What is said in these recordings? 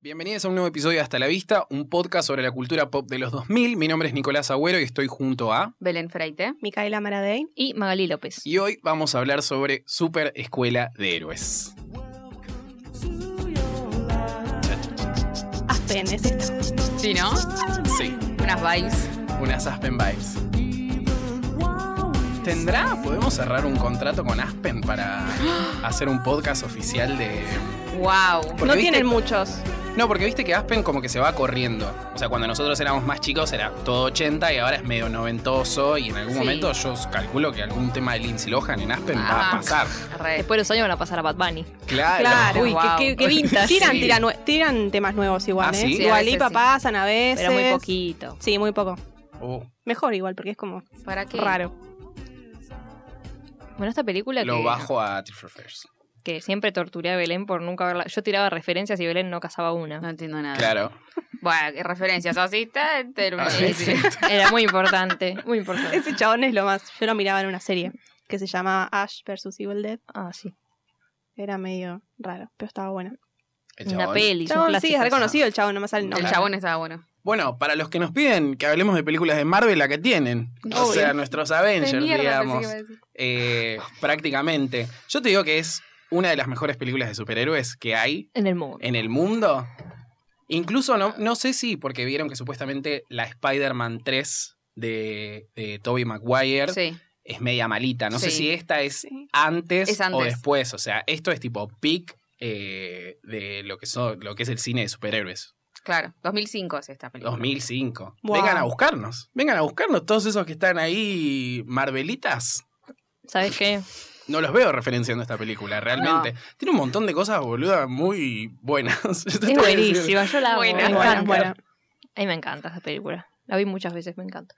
Bienvenidos a un nuevo episodio de Hasta la Vista, un podcast sobre la cultura pop de los 2000. Mi nombre es Nicolás Agüero y estoy junto a... Belén Freite Micaela Maradein. y Magali López. Y hoy vamos a hablar sobre Super Escuela de Héroes. Ah, Aspen es esta. Sí, ¿no? Sí, Unas vibes. unas Aspen Vibes. ¿Tendrá? ¿Podemos cerrar un contrato con Aspen para hacer un podcast oficial de...? ¡Wow! Porque no viste- tienen muchos. No, porque viste que Aspen como que se va corriendo. O sea, cuando nosotros éramos más chicos era todo 80 y ahora es medio noventoso y en algún Sí. momento yo calculo que algún tema de Lindsay Lohan en Aspen va a Ah. pasar. Después de los años van a pasar a Bad Bunny. Claro. Claro. Ah, Uy, Wow. qué, qué- qué vintage. Tiran, Sí. tiran, nue- tiran temas nuevos igual, Ah, ¿eh? ¿sí? Sí, a Dua veces Lipa sí. pasan a veces. Pero muy poquito. Sí, muy poco. Uh, Mejor igual, porque es como ¿Para qué? raro. Bueno, esta película lo que, bajo a Triffer First. que siempre torturé a Belén por nunca verla. Yo tiraba referencias y Belén no cazaba una. No entiendo nada. Claro. Bueno, que referencias asistentes. Ah, sí, sí. sí. Era muy importante, muy importante. Ese chabón es lo más. Yo lo miraba en una serie que se llamaba Ash vs. Evil Dead. Ah, sí. Era medio raro, pero estaba bueno. El Una chabón. peli. son Chabón, sí, clásicos. es reconocido el chabón, no me sale el El nombre. Claro. chabón estaba bueno. Bueno, para los que nos piden que hablemos de películas de Marvel, la que tienen. O Obvio. sea, nuestros Avengers, digamos. Eh, prácticamente. Yo te digo que es una de las mejores películas de superhéroes que hay En el mundo. en el mundo. Incluso no, no sé si, porque vieron que supuestamente la Spider-Man 3 de, de Tobey Maguire Sí. es media malita. No sé Sí. si esta es Sí. antes, Es o antes. después. O sea, esto es tipo peak eh, de lo que, son, lo que es el cine de superhéroes. Claro, 2005 es esta película. 2005. Wow. Vengan a buscarnos. Vengan a buscarnos todos esos que están ahí marvelitas. ¿Sabes qué? No los veo referenciando esta película, realmente. Tiene un montón de cosas, boluda, muy buenas. Es buenísima. Yo la amo. Buena. me Bueno, encanta. bueno, bueno. A mí me encanta esa película. La vi muchas veces, me encanta.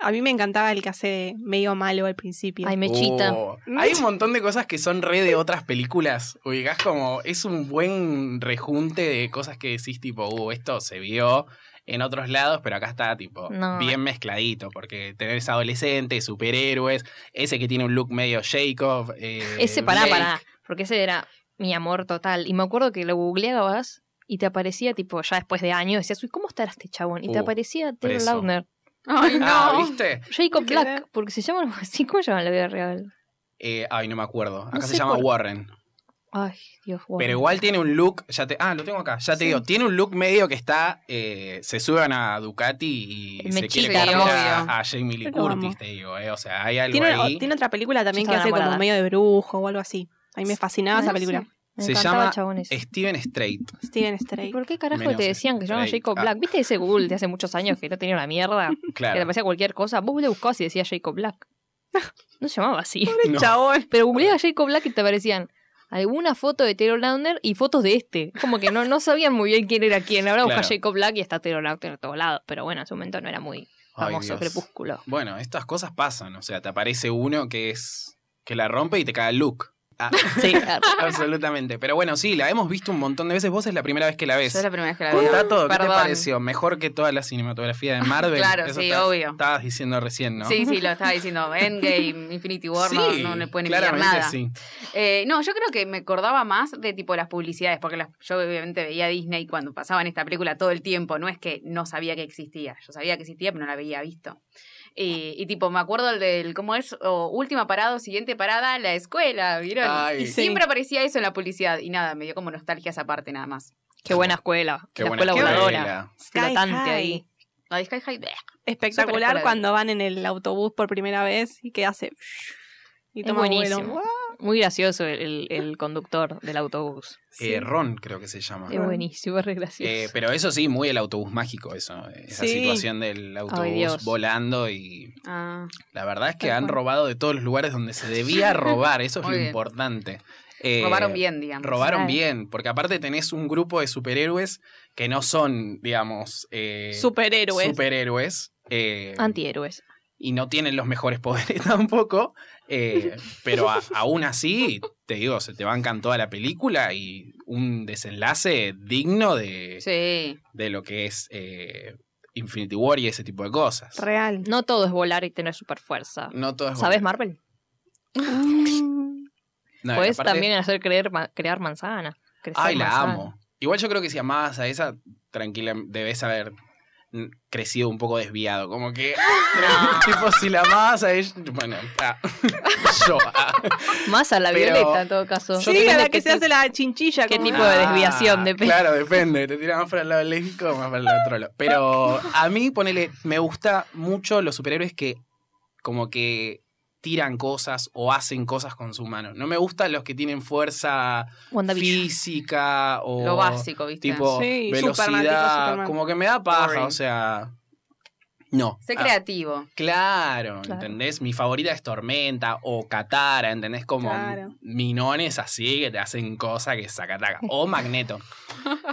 A mí me encantaba el que hace de medio malo al principio. Ay, me chita. Oh, Hay un montón de cosas que son re de otras películas. Ubicás como es un buen rejunte de cosas que decís tipo, uh, esto se vio en otros lados, pero acá está tipo No. eh. bien mezcladito, porque tenés adolescentes, superhéroes, ese que tiene un look medio Jacob. eh, Ese pará, Blake. pará. Porque ese era mi amor total. Y me acuerdo que lo googleabas y te aparecía, tipo, ya después de años, decías, uy, ¿cómo estará este chabón? Y te Uh, aparecía Taylor preso. Lautner. Ay, no. Ah, ¿viste? Jacob ¿Qué Black, era? porque se llama algo así. ¿Cómo se llama en la vida real? Eh, ay, no me acuerdo. Acá se sé llama por- Warren. Ay, Dios, wow. Pero igual tiene un look, ya te, ah, lo tengo acá, ya te Sí. digo, tiene un look medio que está, eh, se suben a Ducati y El se quiere mechita, comer obvio. a, a Jamie Lee Yo lo amo. Curtis, te digo, eh, o sea, hay algo Tiene, ahí. o- tiene otra película también Yo que estaba hace como enamorada. medio de brujo o algo así. A mí me fascinaba esa Ay, película. sí. Me Se encantaba llama el chabón ese. Steven Strait. Steven ¿Y Strait. ¿Por qué carajo Menos te decían que se llama Drake. Jacob Ah. Black? ¿Viste ese Google de hace muchos años que no tenía una mierda? Que te Claro. parecía cualquier cosa. Vos le buscabas y decía Jacob Black. No se llamaba así. No. Chabón. Pero googleabas Jacob Black y te aparecían alguna foto de Taylor Lautner y fotos de este. Como que no, no sabían muy bien quién era quién. Ahora buscas Claro. Jacob Black y está Taylor Lautner en todos lados. Pero bueno, en su momento no era muy Ay, famoso Dios. Crepúsculo. Bueno, estas cosas pasan, o sea, te aparece uno que es, que la rompe y te cae el look. Ah, Sí, claro. absolutamente. Pero bueno, sí, la hemos visto un montón de veces, vos es la primera vez que la ves. Yo es la primera vez que la vi. Contá todo, ¿qué te Perdón. pareció? Mejor que toda la cinematografía de Marvel. Claro, sí, estabas- obvio. Estabas diciendo recién, ¿no? Sí, sí, lo estaba diciendo. Endgame, Infinity War, no- no, le pueden enviar claramente nada. sí. Eh, no, yo creo que me acordaba más de tipo las publicidades, porque las- yo obviamente veía Disney cuando pasaban esta película todo el tiempo. No es que no sabía que existía. Yo sabía que existía, pero no la había visto. Eh, Y, y, tipo, me acuerdo el del, ¿cómo es? O última parada o siguiente parada, la escuela, ¿vieron? Ay. y Sí. siempre aparecía eso en la publicidad. Y nada, me dio como nostalgia esa parte nada más. Qué buena escuela. Qué la buena escuela escuela. voladora. Flotante ahí. La de Sky High, bleh. Súper Espectacular escolar. cuando van en el autobús por primera vez y que hace. Y Es toma buenísimo. vuelo. Muy gracioso el, el- el conductor del autobús. Sí. Eh, Ron, creo que se llama. Eh, Es buenísimo, es re gracioso. Eh, pero eso sí, muy el autobús mágico, eso. eh, Esa Sí. situación del autobús Dios. volando y Ah, la verdad es que Tal han cual. robado de todos los lugares donde se debía robar, eso es Muy lo bien. importante. Eh, robaron bien, digamos. Robaron Claro. bien, porque aparte tenés un grupo de superhéroes que no son, digamos, eh, Superhéroes. superhéroes, eh, Antihéroes. y no tienen los mejores poderes tampoco, eh, pero a- aún así, te digo, se te bancan toda la película y un desenlace digno de, Sí. de lo que es eh, Infinity War y ese tipo de cosas. Real. No todo es volar y tener super fuerza. No todo es ¿Sabes bueno. Marvel? Mm. No, y Podés aparte- también hacer creer, ma- crear manzana. crecer Ay, la manzana. amo. Igual yo creo que si amabas a esa, tranquila, debes haber mm, crecido un poco desviado. Como que. tipo, si la amabas a ella. Bueno, ah, yo. ah. Más a la Pero- violeta, en todo caso. Sí, Depende a la qué que se ti- hace la chinchilla. ¿Qué como- ah, tipo de desviación? Depende. Ah, Claro, depende. Te tiras más para el lado lésbico o más para el lado trolo. Pero a mí, ponele, me gusta mucho los superhéroes que como que tiran cosas o hacen cosas con su mano. No me gustan los que tienen fuerza WandaVision. física o Lo básico, ¿viste? Oh, tipo Sí, velocidad. Superman, tipo Superman. Como que me da paja, Boring. o sea. No. Sé Ah, creativo. Claro, Claro. ¿entendés? Mi favorita es Tormenta o Katara, ¿entendés? Como Claro. minones así que te hacen cosas que sacataca. O Magneto.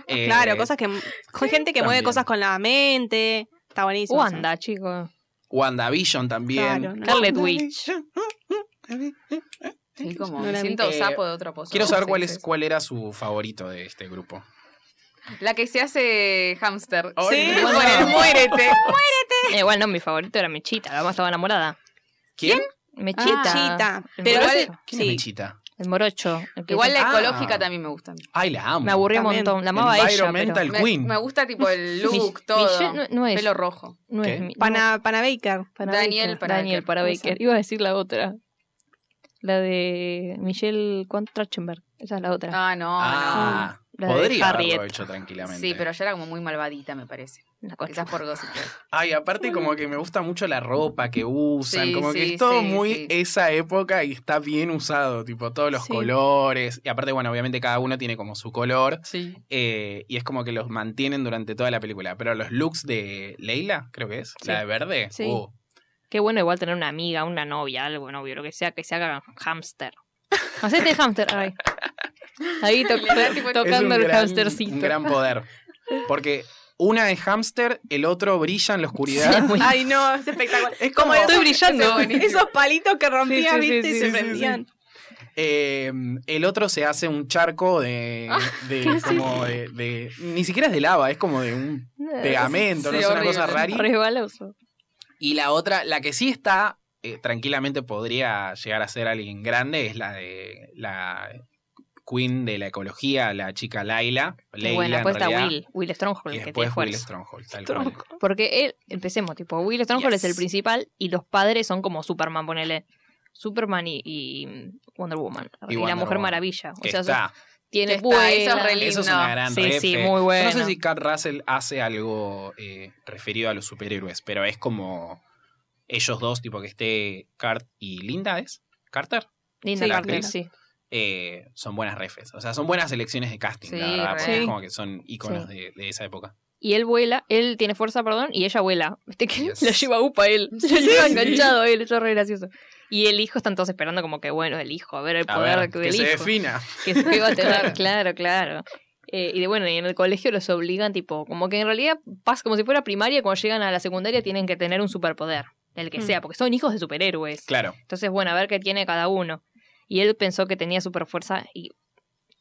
Eh, Claro, cosas que. Hay gente que mueve también. cosas con la mente. Está buenísimo. Wanda, chico. WandaVision también. Claro, no. Scarlet Witch. Sí, como No me la vi. siento Eh, sapo de otro pozo. Quiero saber Sí, cuál, sí, es, sí. cuál era su favorito de este grupo. La que se hace hámster. Ay, Sí, no. con el muérete. Eh, igual no, mi favorito era Mechita, la mamá estaba enamorada. ¿Quién? Ah, Mechita. Chita. El Pero morocho. ese- ¿Quién es sí. Mechita? El morocho. el que Igual la Ah. ecológica también me gusta. Ay, la amo. Me aburrió un También. montón. La amaba ella. Environmental Pero... Me, Queen. me gusta tipo el look, Mi- todo. Michelle no, no es. Pelo rojo. no es ¿Qué? mi- no- Pana, Pana Baker. Pana Daniel Baker, para Daniel Baker, para puede ser. Baker. Iba a decir la otra. La de Michelle Contrachenberg. Esa es la otra. Ah, no, ah, La de podría haberlo Harriet. hecho no. tranquilamente. Sí, pero ya era como muy malvadita, me parece. La concha. Quizás por Gossip Girl. Ay, aparte como que me gusta mucho la ropa que usan, Sí, como que sí, es todo sí, muy sí. esa época y está bien usado, tipo todos los Sí. colores. Y aparte, bueno, obviamente cada uno tiene como su color Sí. eh, y es como que los mantienen durante toda la película. Pero los looks de Leila, creo que es, la Sí. de verde, Sí. uh, Qué bueno igual tener una amiga, una novia, algo, novio, lo que sea, que se haga hámster. Hacete hámster. Ay. Ahí to- Le da tipo- es un tocando el gran- hámstercito. Un gran poder. Porque una es hámster, el otro brilla en la oscuridad. Sí, muy- Ay, no, es espectacular. Es como- Estoy brillando. Esos palitos que rompías, Sí, sí, sí, viste, sí, y sí, se sí, prendían. Eh, el otro se hace un charco de, Ah, de como de, de- ni siquiera es de lava, es como de un pegamento, Sí, no es una horrible. cosa rara. Resbaloso. Y la otra, la que sí está, eh, tranquilamente podría llegar a ser alguien grande, es la de la Queen de la ecología, la chica Laila. Y Leila, bueno, en después está realidad, Will, Will Y Stronghold, que tiene después Will fuerza. Stronghold, tal cual. Tronco. Porque él, empecemos, tipo, Will Stronghold Yes. es el principal y los padres son como Superman, ponele. Superman y, y Wonder Woman. Y Y, Wonder la Mujer Woman. Maravilla. O Que sea, está. tiene Que está, eso es vuela. re lindo. Eso es una gran Sí, refe. sí, muy Yo bueno. No sé si Carl Russell hace algo eh, referido a los superhéroes, pero es como ellos dos, tipo que esté Cart y Linda, ¿es? ¿Carter? Linda Sí, la Carter, actriz. sí. Eh, son buenas refes. O sea, son buenas elecciones de casting, la Sí, verdad, re. porque es Sí. como que son íconos Sí. de, de esa época. Y él vuela, él tiene fuerza, perdón, y ella vuela. Viste que Yes. la lleva upa él. La lleva enganchado él, eso es re gracioso. Y el hijo están todos esperando como que, bueno, el hijo, a ver el A poder ver, que que, del se hijo. defina. que se que iba a tener, claro, claro. Eh, y de bueno, y en el colegio los obligan, tipo, como que en realidad pasa como si fuera primaria, cuando llegan a la secundaria tienen que tener un superpoder, el que Mm. sea, porque son hijos de superhéroes. Claro. Entonces, bueno, a ver qué tiene cada uno. Y él pensó que tenía superfuerza y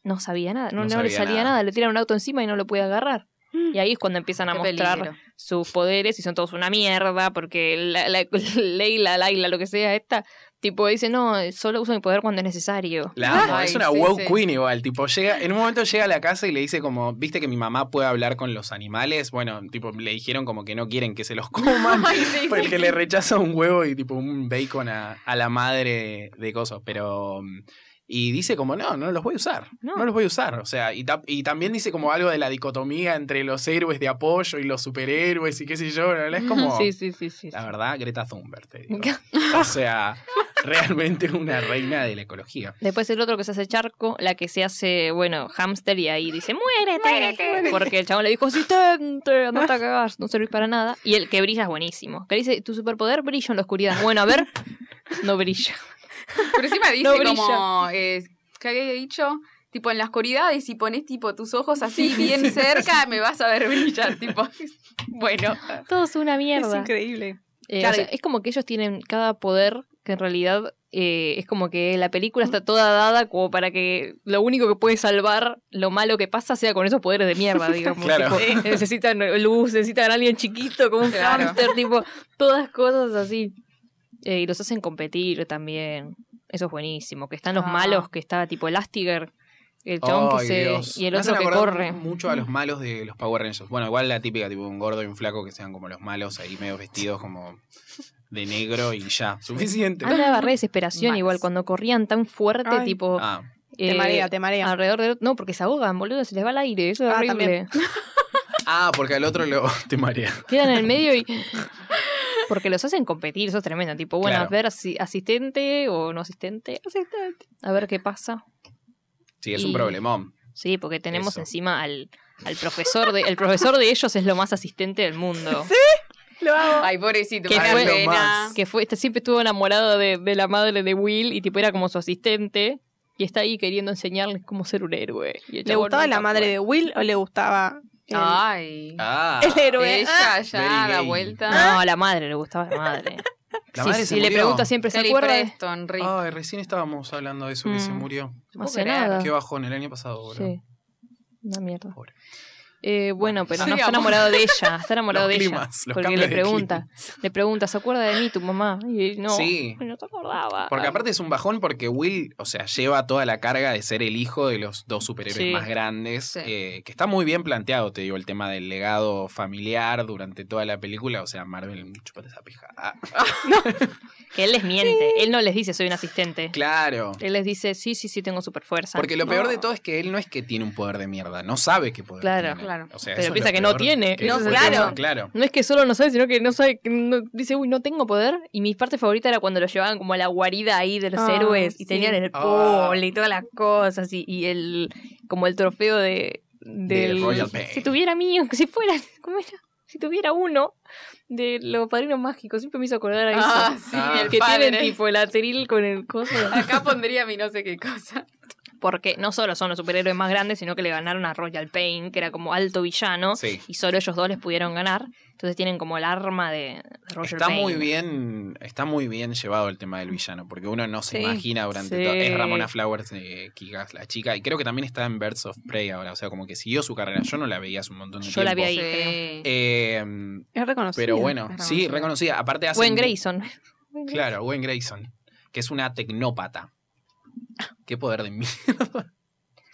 no sabía nada, No no, no le sabía salía nada. nada. le tiran un auto encima y no lo puede agarrar. Mm. Y ahí es cuando empiezan a Qué mostrar peligro. sus poderes y son todos una mierda porque la, la, Leila, Laila, lo que sea, esta, tipo dice, no, solo uso mi poder cuando es necesario. La amo, Ay, es una sí, wow sí. queen igual, tipo llega, en un momento llega a la casa y le dice como, viste que mi mamá puede hablar con los animales, bueno, tipo le dijeron como que no quieren que se los coman, Ay, sí, porque sí. le rechaza un huevo y tipo un bacon a, a la madre de, de coso, pero... mm, Y dice como, no, no los voy a usar, no, No. los voy a usar, o sea, y, ta- y también dice como algo de la dicotomía entre los héroes de apoyo y los superhéroes y qué sé yo, ¿no? es como... Sí, sí, sí, sí. La sí. verdad, Greta Thunberg, te digo. O sea, realmente una reina de la ecología. Después el otro que se hace charco, la que se hace, bueno, hamster y ahí dice, muérete. Porque el chabón le dijo, asistente, no te cagás, no servís para nada. Y el que brilla es buenísimo. Que dice, tu superpoder brilla en la oscuridad. Bueno, a ver, no brilla. Pero encima dice No brilla. como eh, que había dicho, tipo en la oscuridad, y si pones tipo tus ojos así bien cerca, me vas a ver brillar. Tipo, bueno. Todo es una Es mierda. increíble. Eh, Claro, o sea, y- es como que ellos tienen cada poder que en realidad eh, es como que la película está toda dada como para que lo único que puede salvar lo malo que pasa sea con esos poderes de mierda, digamos. Claro. Tipo, necesitan luz, necesitan a alguien chiquito como un Claro. hámster, tipo, todas cosas así. Eh, y los hacen competir también. Eso es buenísimo. Que están los Ah. malos, que está tipo Elastiger, El chabón que Ay, se. Dios. Y el Me hacen otro que acordar corre. Mucho a los malos de los Power Rangers. Bueno, igual la típica, tipo un gordo y un flaco que sean como los malos, ahí medio vestidos como de negro y ya. Suficiente. Habla de re desesperación Max. igual cuando corrían tan fuerte, Ay. tipo. Ah, Te eh, marea, te marea. Alrededor de. No, porque se ahogan, boludo, se les va el aire. Eso es Ah, horrible. Ah, porque al otro lo te marea. Quedan en el medio y. Porque los hacen competir, eso es tremendo. Tipo, bueno, Claro. a ver si asistente o no asistente. Asistente. A ver qué pasa. Sí, es Y- un problemón. Sí, porque tenemos Eso. encima al, al profesor de. El profesor de ellos es lo más asistente del mundo. Ah, Lo hago. Ay, pobrecito, Que qué fue- pena. Más. que fue, este siempre estuvo enamorado de, de la madre de Will y tipo era como su asistente y está ahí queriendo enseñarles cómo ser un héroe. Y ¿Le el chabón gustaba nunca la madre fue. de Will o le gustaba eh, el, Ay. Ah, el héroe? Ella ya Very a la gay. vuelta. No, a la madre le gustaba la madre. la Sí, madre sí, se le murió. pregunta siempre, ¿se Kelly acuerda? de- Preston, Rick. Ay, recién estábamos hablando de eso que se Mm. murió. puedo Hace creer. nada. Qué bajón el año pasado, boludo. Sí. Una mierda. Pobre. Eh, bueno, pero no Sigamos. está enamorado de ella, está enamorado Los de climas, ella. los Porque cambios le de pregunta, le pregunta, ¿se acuerda de mí tu mamá? Y él, no, Sí. no te acordaba. Porque aparte es un bajón porque Will, o sea, lleva toda la carga de ser el hijo de los dos superhéroes Sí. más grandes, Sí. eh, que está muy bien planteado, te digo, el tema del legado familiar durante toda la película, o sea, Marvel, chupate esa pija. Ah, Que él les miente, él no les dice soy un asistente. claro. Él les dice, sí, sí, sí, tengo super fuerza. Porque lo peor de No. todo es que él no es que tiene un poder de mierda, no sabe qué poder Claro. tiene. Claro. O sea, Pero eso es piensa lo que no peor tiene. que No, puede claro. pasar, claro. No es que solo no sabe, sino que no sabe, que no- dice, uy, no tengo poder. Y mi parte favorita era cuando lo llevaban como a la guarida ahí de los Ah, héroes y sí. tenían el Ah. pole y todas las cosas y, y el como el trofeo de del Royal Mail. si tuviera mío, que si fuera, ¿cómo era? Si tuviera uno de los padrinos mágicos, siempre me hizo acordar a eso. Ah, sí, Ah. el que padre. tienen tipo el atril con el coso. Acá pondría mi no sé qué cosa. Porque no solo son los superhéroes más grandes, sino que le ganaron a Royal Pain, que era como alto villano. Sí. y solo ellos dos les pudieron ganar. Entonces tienen como el arma de de Roger Está Payne. muy bien, está muy bien llevado el tema del villano, porque uno no se Sí. imagina durante Sí. todo. Es Ramona Flowers, eh, Kikas, la chica, y creo que también está en Birds of Prey ahora, o sea, como que siguió su carrera. Yo no la veía hace un montón de Yo tiempo. la vi ahí. Eh, Es reconocido. pero bueno, es sí, reconocida. reconocida. Aparte hace. Gwen Grayson. Claro, Gwen Grayson, que es una tecnópata. Qué poder de mí.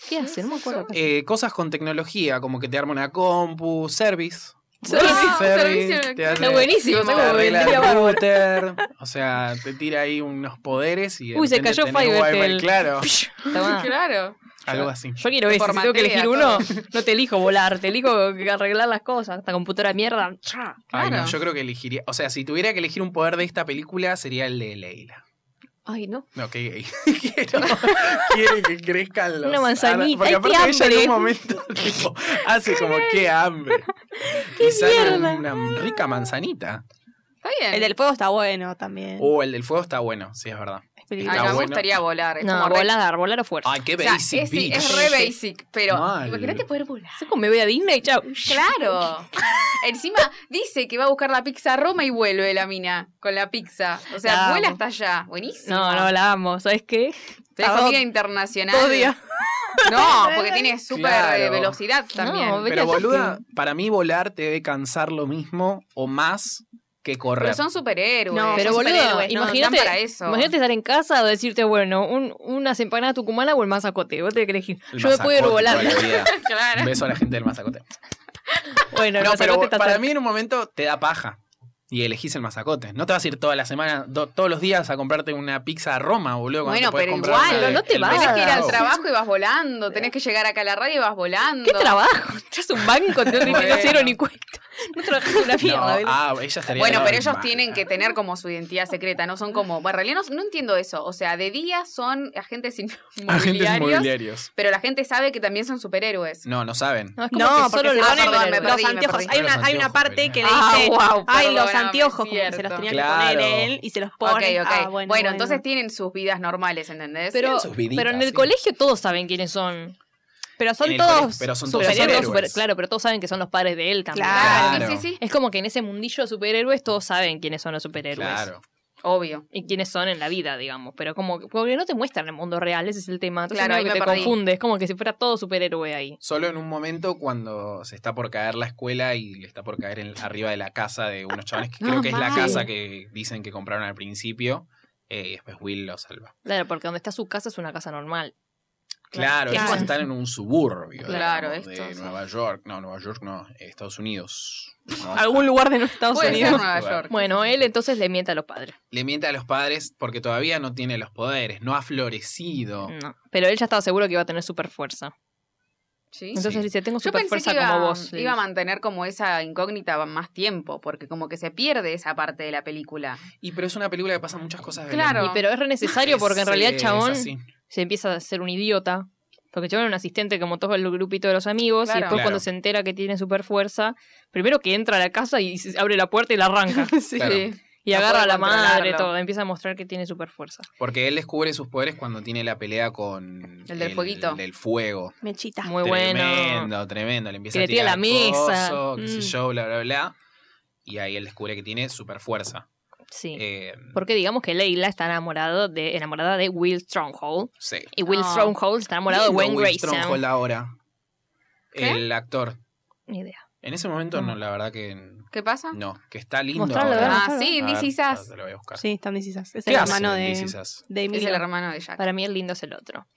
¿Qué hace? No me acuerdo. qué hace. Eh, cosas con tecnología, como que te arma una compu, service. Service. Service, te Está hace- buenísimo, te está como arregla vendría el router, O sea, te tira ahí unos poderes y. de Uy, se repente cayó tenés Fivertel. Wi-Fi, Claro, Tomá. Claro. algo así. Yo quiero ese, si tengo que Formatea elegir todo. uno, no te elijo volar, te elijo arreglar las cosas, esta computadora de mierda. cha. Ay, no, Claro. yo creo que elegiría. O sea, si tuviera que elegir un poder de esta película, sería el de Leila. Ay, no. No, que gay. quiero, quiero que crezcan los. Una manzanita, Porque ¡ay, aparte qué ella en hambre! un momento tipo, hace como qué hambre. ¡Qué y sale mierda! una rica manzanita. Está bien. El del fuego está bueno Eh. también. Oh, el del fuego está bueno, sí, es verdad. Es peligroso. Ay, está no, me bueno. gustaría volar. Es No, como re- volar, volar a fuerza. Ay, qué O sea, basic es, sí, bitch. es re basic, pero Mal. imagínate poder volar. Yo como me voy a Disney, chao. Claro. Encima dice que va a buscar la pizza a Roma y vuelve la mina con la pizza. O sea, La vuela amo. hasta allá. Buenísimo. No, no, la amo. ¿Sabes qué? Tenés Tardó comida internacional. Dos días. No, porque tiene súper Claro. eh, velocidad también. No, pero, Pero boluda, para mí volar te debe cansar lo mismo o más que correr. son superhéroes. No, Pero son boludo, superhéroes, no, imagínate, están para eso. imagínate estar en casa o decirte, bueno, un- unas empanadas tucumanas o el mazacote. Vos te querés ir. El Yo me puedo ir mazacote volar. toda la vida. Claro. Un beso a la gente del mazacote. Bueno, el No, mazacote pero está para cerca. mí en un momento te da paja. Y elegís el mazacote. No te vas a ir toda la semana, do- todos los días a comprarte una pizza a Roma, boludo. cuando Bueno, te podés pero comprar igual, una de- no te el vas. Tenés que ir al Mazacote. trabajo y vas volando. Tenés que llegar acá a la radio y vas volando. ¿Qué trabajo? Estás un banco, te no Bueno. cero ni cuenta. No trabajas una No, mierda. ¿verdad? ah, ella estaría Bueno, no, pero ellos mal. tienen que tener como su identidad secreta, no son como. Bueno, en realidad no, no entiendo eso. O sea, de día son Agentes agentes inmobiliarios, inmobiliarios. pero la gente sabe que también son superhéroes. No, no saben. No, es como No, que solo porque se le Ah, ponen ponen perdón, me los perdí, me anteojos. perdí. Hay una, Los hay una anteojos, parte que le Ah, dice, guau, hay los perdóname, anteojos, como que cierto. se los tenía que Claro. poner él y se los Ok, pone. ok. Ah, bueno, bueno, entonces bueno. tienen sus vidas normales, ¿entendés? Pero, sus viditas, pero en el sí. colegio todos saben quiénes son. Pero En son el todos colegio, pero son todos Pero son todos superhéroes. super- claro, pero todos saben que son los padres de él también. Ah, Claro. sí, sí, sí. Es como que en ese mundillo de superhéroes todos saben quiénes son los superhéroes. Claro. Obvio. y quiénes son en la vida, digamos. Pero como porque no te muestran el mundo real, ese es el tema. Entonces Claro, medio ahí que me te perdí. confundes, como que si fuera todo superhéroe ahí. Solo en un momento cuando se está por caer la escuela y le está por caer en- arriba de la casa de unos chavales, que No, creo que es la mal. casa que dicen que compraron al principio, eh, y después Will lo salva. Claro, porque donde está su casa es una casa normal. Claro, ellos Claro. están en un suburbio Claro, digamos, esto, de sí. Nueva York. No, Nueva York no, Estados Unidos. ¿no? Algún lugar de los Estados Ah, Puede ser Unidos. Nueva Claro. York. Bueno, él entonces le miente a los padres. Le miente a los padres porque todavía no tiene los poderes, no ha florecido. No. Pero él ya estaba seguro que iba a tener super fuerza. Sí. Entonces Sí. le dice, tengo Yo super pensé fuerza que iba, como vos. le iba a dice. mantener como esa incógnita más tiempo, porque como que se pierde esa parte de la película. Y pero es una película que pasa muchas cosas. de Claro. Y pero es re necesario porque Es, en realidad eh, el es chabón así. se empieza a ser un idiota. Porque el chabón era un asistente como todo el grupito de los amigos. Claro. Y después Claro. cuando se entera que tiene super fuerza, primero que entra a la casa y se- abre la puerta y la arranca. Sí. Claro. Y No agarra a puede la madre, controlarlo. todo. Empieza a mostrar que tiene super fuerza. Porque él descubre sus poderes cuando tiene la pelea con El del fueguito. del fuego. Ah. Mechita. Muy bueno. Tremendo, tremendo. Le empieza Que a le tira tirar la mesa. coso, qué sé Mm. yo, bla, bla, bla. Y ahí él descubre que tiene super fuerza. Sí. Eh, Porque digamos que Leila está enamorado de, enamorada de Will Stronghold. sí. Y Will Ah. Stronghold está enamorado de Lindo Wayne Will Grayson. Stronghold ahora. ¿Qué? El actor. Ni idea. En ese momento no, Mm. la verdad que ¿Qué pasa? no, que está lindo. Mostralo, ahora. ¿verdad? Ah, sí, A en ver, This Is ahora Us. te lo voy a buscar. Sí, está en This Is Us. Es ¿Qué el hace hermano en de, This Is Us? de Es Emilio. el hermano de Jack. Para mí el lindo es el otro.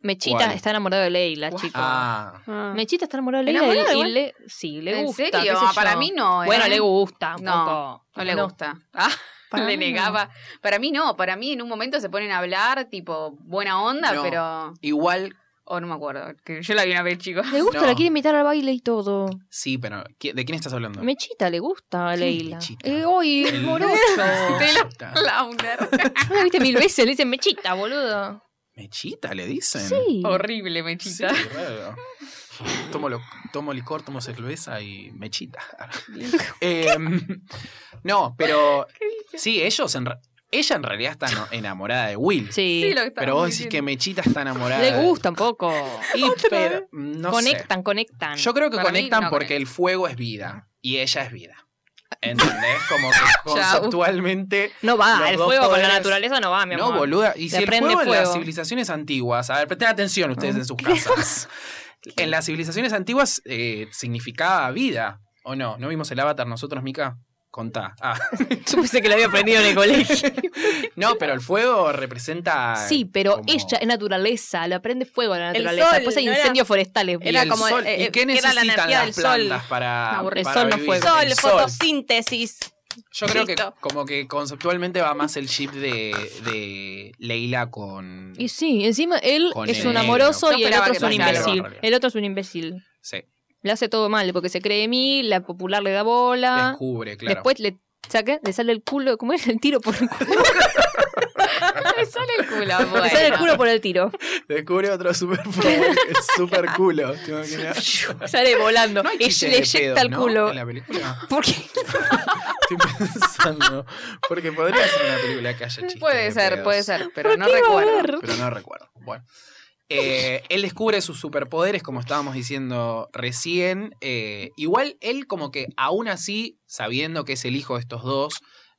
Mechita ¿Cuál? está enamorado de Leila, ¿Cuál? chicos. Ah, Ah. Mechita está enamorada de ¿Enamorada Leila de y- y, Gwen? le, sí, le ¿En gusta. qué serio? sé Ah, para yo. mí no. ¿eh? Bueno, le gusta un No, poco. No le gusta. Ah, Para le mí no. negaba. Para mí no. Para mí en un momento se ponen a hablar, tipo, buena onda, No. pero. igual O no me acuerdo. que Yo la vi una vez, chico. Le gusta, No. la quiere invitar al baile y todo. sí, pero ¿qui- ¿de quién estás hablando? Mechita le gusta a Sí, Leila. Mechita. Eh, hoy, El- morocho. Taylor Mechita. Launer. ¿No la viste mil veces? Le dicen Mechita, boludo. Mechita, le dicen. Sí. Horrible, Sí, mechita. raro. Tomo, lo- tomo licor, tomo cerveza y mechita. Em, no, pero sí, ellos en ra- ella en realidad está no- enamorada de Will. Sí. Sí, lo que estaba Pero vos decís que diciendo. Mechita está enamorada. Le de- gusta un poco. Y pero, no sé. conectan, conectan. Yo creo que Para mí, conectan no porque conectan. el fuego es vida y ella es vida. ¿Entendés? Como que conceptualmente. No va, Los el dos fuego con la poderes- naturaleza no va, mi No, amor. boluda. Y si Le el prende fuego, en las fuego. civilizaciones antiguas. A ver, presten atención ustedes en sus casas. En las civilizaciones antiguas eh, significaba vida. ¿O no? ¿No vimos el avatar nosotros, Mica? Contá. Ah. Yo pensé que lo había aprendido en el colegio. No, pero el fuego representa. Sí, pero como- ella es naturaleza, le prende fuego a la El naturaleza. sol, Después hay ¿no era? incendios forestales. Y Era el como, sol. eh, ¿Y qué eh, que era la necesitan energía las del sol. plantas para, No, el para sol no vivir? fuego. Sol, El fotosíntesis. Yo creo que Listo. como que conceptualmente va más el chip de, de Leila con... Y sí, encima él Con es el un negro. amoroso No y el esperaba otro que es un pasara algo, imbécil. en realidad. El otro es un imbécil. Sí, Le hace todo mal porque se cree mil, la popular le da bola. descubre, claro. Después le saca, le sale el culo, ¿cómo es? El tiro por el culo. Le sale el culo. Bueno. Le sale el culo por el tiro. Descubre otro super, super culo. ¿te imaginas? Sale volando. No hay y chistes le de eyecta pedos, el ¿no? culo. En la película. ¿Por qué? Estoy pensando. Porque podría ser una película que haya chistes Puede de ser, pedos, puede ser, pero no qué iba a recuerdo. ver? Pero no recuerdo. Bueno. Eh, él descubre sus superpoderes, como estábamos diciendo recién. Eh, igual él como que aún así, sabiendo que es el hijo de estos dos,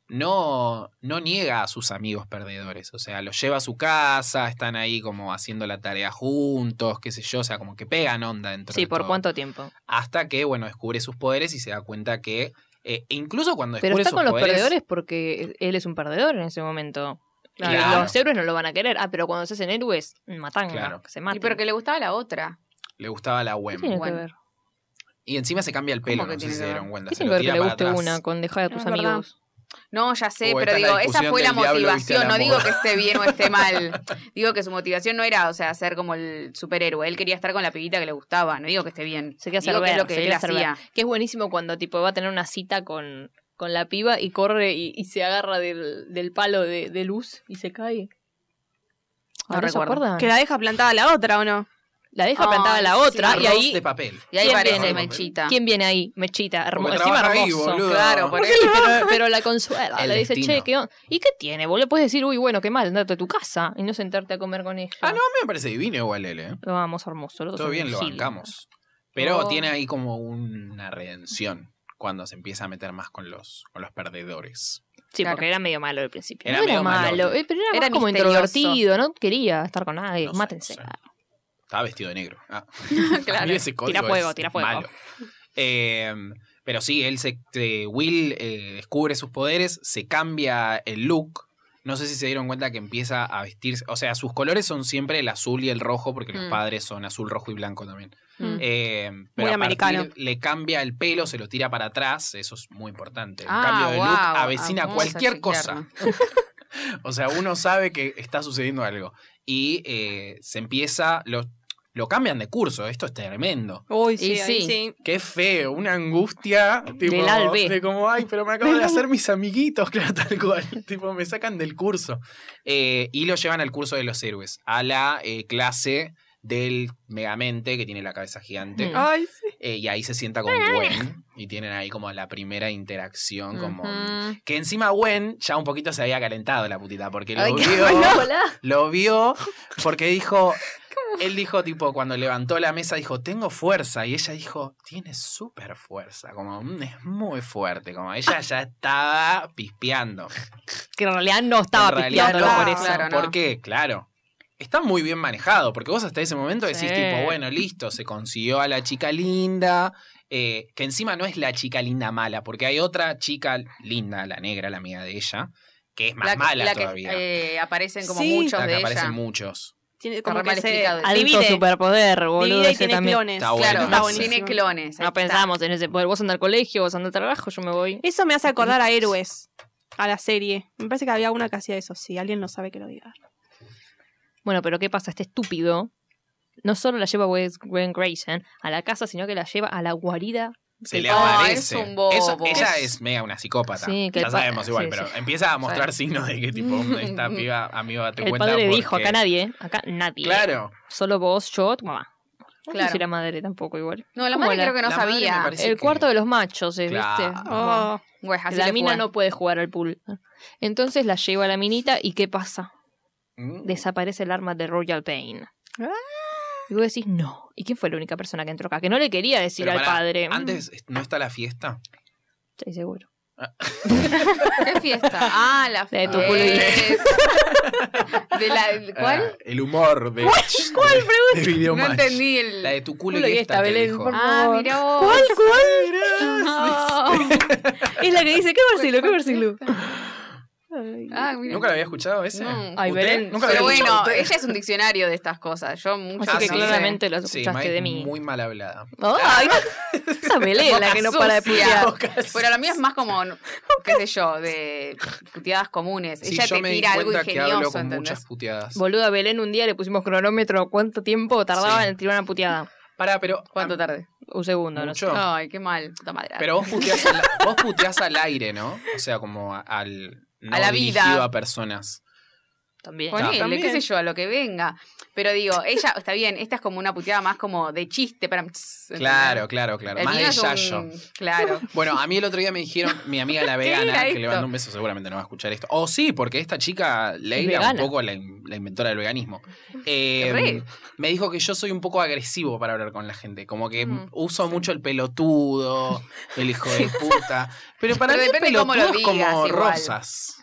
no, no niega a sus amigos perdedores. O sea, los lleva a su casa, están ahí como haciendo la tarea juntos, qué sé yo. O sea, como que pegan onda dentro Sí, de ¿por todo. cuánto tiempo? Hasta que, bueno, descubre sus poderes y se da cuenta que... eh, e incluso cuando descubre Pero está sus con los poderes- perdedores porque él es un perdedor en ese momento. Claro. Los héroes no lo van a querer. Ah, pero cuando se hacen héroes, matan, Claro. se matan. Y pero que le gustaba la otra. Le gustaba la ¿Qué web. tiene Bueno. que ver? Y encima se cambia el pelo, no que sé tiene si que se ver? dieron cuenta. ¿Qué se tiene lo que ver que tira le para guste atrás. una con dejar a tus Es verdad. amigos? No, ya sé, O pero esta es la digo, esa discusión fue la del diablo, viste, motivación. al No digo amor. que esté bien o esté mal. Digo que su motivación no era, o sea, ser como el superhéroe. Él quería estar con la pibita que le gustaba. No digo que esté bien. Se quiere hacer digo que es ver, lo que se él quiere hacer ver. hacía. Que es buenísimo cuando tipo va a tener una cita con, con la piba y corre y, y se agarra del, del palo de, de luz y se cae. No ¿No, se recuerdo. acuerdan? Que la deja plantada la otra, ¿o no? La deja Ay, plantada la sí. otra Ah, y Arroz ahí... de papel. Y ahí ¿Quién parece viene? mechita. ¿Quién viene ahí? Mechita, hermo- Porque encima trabaja hermoso. ahí, boludo. Claro, por Sí, eso. pero, pero la consuela, El le dice, destino. che, ¿qué on-?" ¿Y qué tiene? Vos le puedes decir, uy, bueno, qué mal, andate a tu casa y no sentarte a comer con ella. Ah, no, a mí me parece divino igual él, ¿eh? Lo amamos hermoso. los dos Todo somos bien, lo giles. bancamos. Pero Oh. tiene ahí como una redención cuando se empieza a meter más con los, con los perdedores. Sí, Claro. porque era medio malo al principio. Era no era medio malo, malote. eh, pero era, Era más como misterioso. introvertido, no quería estar con nadie. No sé, Mátense. no sé. Estaba vestido de negro. Ah. Claro. A mí ese código Tira fuego, es tira fuego. malo. Eh, pero sí, él se, eh, Will eh, descubre sus poderes, se cambia el look. No sé si se dieron cuenta que empieza a vestirse. O sea, sus colores son siempre el azul y el rojo, porque los Mm. padres son azul, rojo y blanco también. Mm. Eh, pero Muy a partir americano. Le cambia el pelo, se lo tira para atrás. Eso es muy importante. El Ah, cambio de look guau, avecina vamos a cualquier cosa. chequearlo. O sea, uno sabe que está sucediendo algo. Y eh, se empieza. Lo, lo cambian de curso. Esto es tremendo. Uy, sí, Y ahí sí. sí. Qué feo, una angustia tipo, Del al B. de como, ay, pero me acaban de hacer mis amiguitos, claro, tal cual. tipo, me sacan del curso. Eh, y lo llevan al curso de los héroes, a la eh, clase del Megamente, que tiene la cabeza gigante. Mm. Ay, sí. Eh, y ahí se sienta con Gwen. Y tienen ahí como la primera interacción, como... Mm. Ujú. Que encima Gwen ya un poquito se había calentado la putita, porque lo Ay, qué vio Hola. lo vio porque dijo, él dijo tipo cuando levantó la mesa dijo, tengo fuerza y ella dijo, tienes súper fuerza, como "Mm, es muy fuerte, como ella ya estaba pispeando. Que en realidad no estaba En realidad pisteándolo no, por eso. claro, no. ¿Por qué? Claro. Está muy bien manejado, porque vos hasta ese momento decís Sí. tipo, bueno, listo, se consiguió a la chica linda, eh, que encima no es la chica linda mala, porque hay otra chica linda, la negra, la amiga de ella, que es más La, mala la que todavía. eh, aparecen como Sí. muchos la que de aparecen ella. muchos. Tiene Está como re que mal se explicado. Adicto divide, superpoder, boludo. divide y ese tiene también. clones. Está bueno, Claro, está buenísimo. tiene clones. No ahí está. pensábamos en ese poder. Vos andas al colegio, vos andas al trabajo, yo me voy. Eso me hace acordar a héroes, a la serie. Me parece que había una que hacía eso, sí. Alguien no sabe que lo diga. Bueno, pero ¿qué pasa? Este estúpido no solo la lleva Wes- Gwen Grayson a la casa, sino que la lleva a la guarida. se le No, aparece. Ah, es un bobo. Eso- ella es mega una psicópata. Sí, que ya el pa- sabemos igual, sí, pero sí. empieza a mostrar signos de que tipo esta piba amiga te El cuenta padre porque- dijo, acá nadie, ¿eh? acá nadie. Claro, Solo vos, yo, tu mamá. No sé Claro. si la madre tampoco igual. No, la ¿Cómo madre la- creo que no la madre me sabía. parece- Así el que- cuarto de los machos, ¿eh? Claro. ¿viste? Oh. Bueno, Pues, así la le mina fue. no puede jugar al pool. Entonces la lleva a la minita y ¿qué pasa? Mm. Desaparece el arma de Royal Pain. Ah. Y vos decís, no. ¿Y quién fue la única persona que entró acá? Que no le quería decir Pero al pará, padre. Mm, Antes no está la fiesta. Estoy seguro. ¿Qué fiesta? Ah, la La de tu fiesta. culo y- ¿De la cuál? Ah, el humor de ¿Cuál de, de no Videomatch. entendí el. La de tu culo Culo y esta, te dijo. por Ah, favor. mira vos. ¿Cuál, cuál? Ah, Es la que dice, ¿qué versículo? ¿Qué versículo? Ah, mira. Nunca lo había escuchado ese. No. Ay, ¿Usted? Belén. Nunca lo Pero había escuchado bueno, usted. ella es un diccionario de estas cosas. Yo mucho Así que sí. no sé. claramente lo escuchaste Mike, de mí. Muy mal hablada. Ay, esa Belén la que no para de Boca sucia. putear. Pero la mía es más como, no- qué sé yo, de puteadas comunes. Sí, Ella yo te me di tira algo cuenta que hablo ingenioso, con ¿entendés? muchas puteadas. Boluda Belén, un día le pusimos cronómetro. ¿Cuánto tiempo tardaba Sí. en tirar una puteada? Pará, pero ¿Cuánto tarde? Un segundo, no sé. Mucho. Ay, qué mal. Puta madre. Pero vos puteás, al, vos puteás al aire, ¿no? O sea, como a- al. No A la dirigido vida. a personas. También. Ponele, También. qué sé yo, a lo que venga. Pero digo, ella, está bien, esta es como una puteada más como de chiste. Para, Claro, claro, claro. El Más mío de es un- yayo. Claro. Bueno, a mí el otro día me dijeron, mi amiga la era vegana, que esto? le mando un beso, seguramente no va a escuchar esto. O sí, porque esta chica, Leila, un vegana. poco la, in- la inventora del veganismo, eh, Re. me dijo que yo soy un poco agresivo para hablar con la gente. Como que Mm. uso mucho el pelotudo, el hijo de puta. Pero para Pero mí el depende cómo lo pelotudo es digas, como igual. rosas.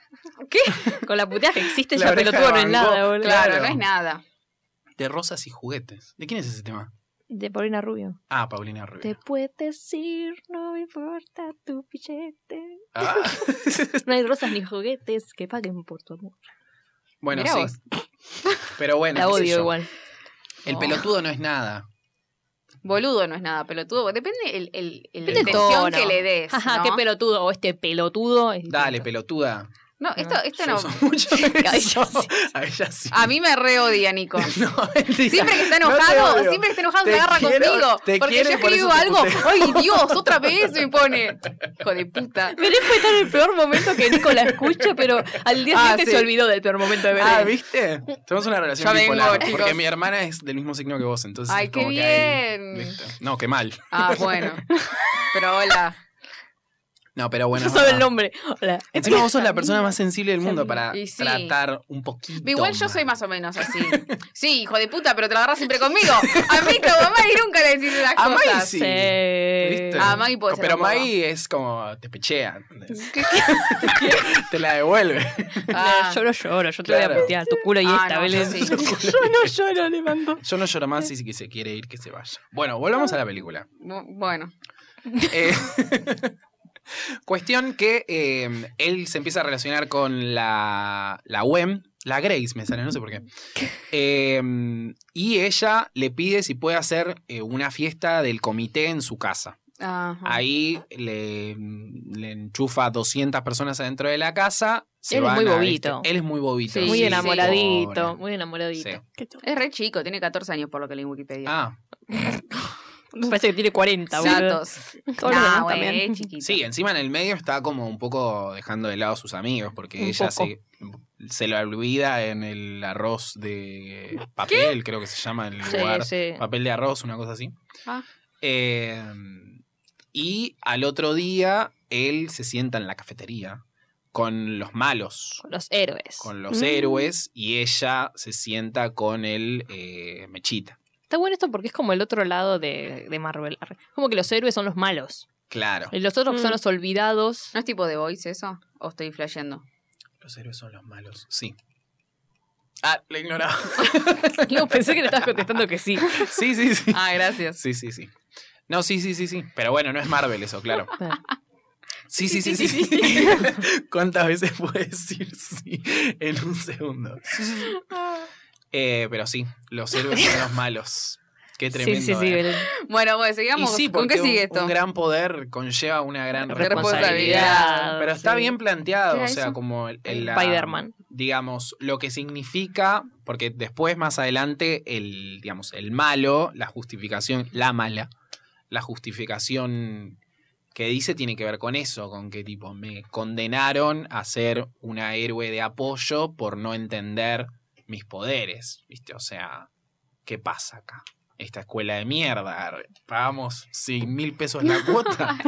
Con la puteada que existe, La ya oreja pelotudo no de es Van nada, Gogh, boludo. claro. Claro, no es nada. De rosas y juguetes. ¿De quién es ese tema? De Paulina Rubio. Ah, Paulina Rubio. Te puedes ir, no me importa tu billete. Ah. No hay rosas ni juguetes que paguen por tu amor. Bueno, Mirá sí. vos. Pero bueno, La qué sé odio yo. igual. El Oh. pelotudo no es nada. Boludo no es nada, pelotudo. Depende el, el, el, la Depende del intención tono. que le des. Ajá, ¿no? qué pelotudo. O este pelotudo. es Dale, distinto. pelotuda. No, esto, esto Yo no. uso mucho eso. Ay, sí. A ella sí. A mí me re odia, Nico. No, mentira. Ah, Siempre que está No te enojado, odio. siempre que está enojado Te se agarra quiero, te contigo. Porque quiero yo y por eso escribo te algo. puteo. ¡Ay, Dios! Otra vez me pone. Hijo de puta. Belén fue estar en el peor momento que Nico la escucha, pero al día Ah, siguiente sí. se olvidó del peor momento de Belén. Ah, ¿viste? Tenemos una relación Ya vengo, bipolar. chicos. porque mi hermana es del mismo signo que vos, entonces. Ay, es qué como que ahí- bien. ¿viste? No, qué mal. Ah, bueno. Pero hola. No, pero bueno. ah. es no sabe el verdad. nombre. Hola. Encima vos sos la persona más sensible del mundo para Y sí. tratar un poquito. Igual yo soy mal. más o menos así. Sí, hijo de puta, pero te la agarras siempre conmigo. A mí como Maggie nunca le decís las A Maggie cosas. sí. Sí. ¿Viste? Ah, Maggie puede ser Pero un poco. Maggie es como. Te pechea. ¿entendés? te la devuelve. Ah, yo no lloro, yo te voy Claro. a putear tu culo y Ah, esta, no, yo Belén. sí. Yo no lloro, le mando. Yo no lloro más y si que se quiere ir, que se vaya. Bueno, volvamos a la película. bu- bueno. Eh, Cuestión que eh, él se empieza a relacionar con la, la UEM, la Grace me sale, no sé por qué. Eh, y ella le pide si puede hacer eh, una fiesta del comité en su casa. Ajá. Ah. Ahí le, le enchufa 200 personas adentro de la casa. se Él es van muy a bobito. este- él es muy bobito. muy sí, enamoradito, pobre. muy enamoradito. Sí. Qué chulo. Es re chico, tiene 14 años por lo que leí en Wikipedia. Ah, Me Parece que tiene 40, boludo. Datos. Todos los demás también. güey, es chiquito. sí, encima en el medio está como un poco dejando de lado a sus amigos porque Un ella poco. se, se lo olvida en el arroz de papel, creo que se llama el Sí, lugar. sí. papel de arroz, una cosa así. Ah. Eh, y al otro día, él se sienta en la cafetería con los malos, Los héroes. con los Mm. héroes, y ella se sienta con el eh, mechita. Está bueno esto porque es como el otro lado de, de Marvel. Arre. Como que los héroes son los malos. Claro. Y Los otros Mm. son los olvidados. ¿No es tipo de voice eso? ¿O estoy flasheando? Los héroes son los malos. Sí. Ah, lo ignoraba. No, pensé que le estabas contestando que sí. Sí, sí, sí. Ah, gracias. Sí, sí, sí. No, sí, sí, sí, sí. Pero bueno, no es Marvel eso, claro. Claro. Sí, sí, sí, sí. sí. ¿Cuántas veces puedes decir sí en un segundo? Eh, pero sí, los héroes son los malos. Qué tremendo. sí, sí, sí. ¿eh? Belén. Bueno, pues Y sigamos. sí, ¿Con porque qué sigue un- esto? un gran poder conlleva una gran responsabilidad. Responsabilidad. Pero está sí. bien planteado, ¿Qué o era sea, eso? como el, el- la- Spider-Man. digamos, lo que significa, porque después, más adelante, el, digamos, el malo, la justificación, la mala, la justificación que dice tiene que ver con eso, con que tipo, me condenaron a ser una héroe de apoyo por no entender mis poderes, ¿viste? O sea, ¿qué pasa acá? Esta escuela de mierda, arre, pagamos 100 mil pesos la cuota.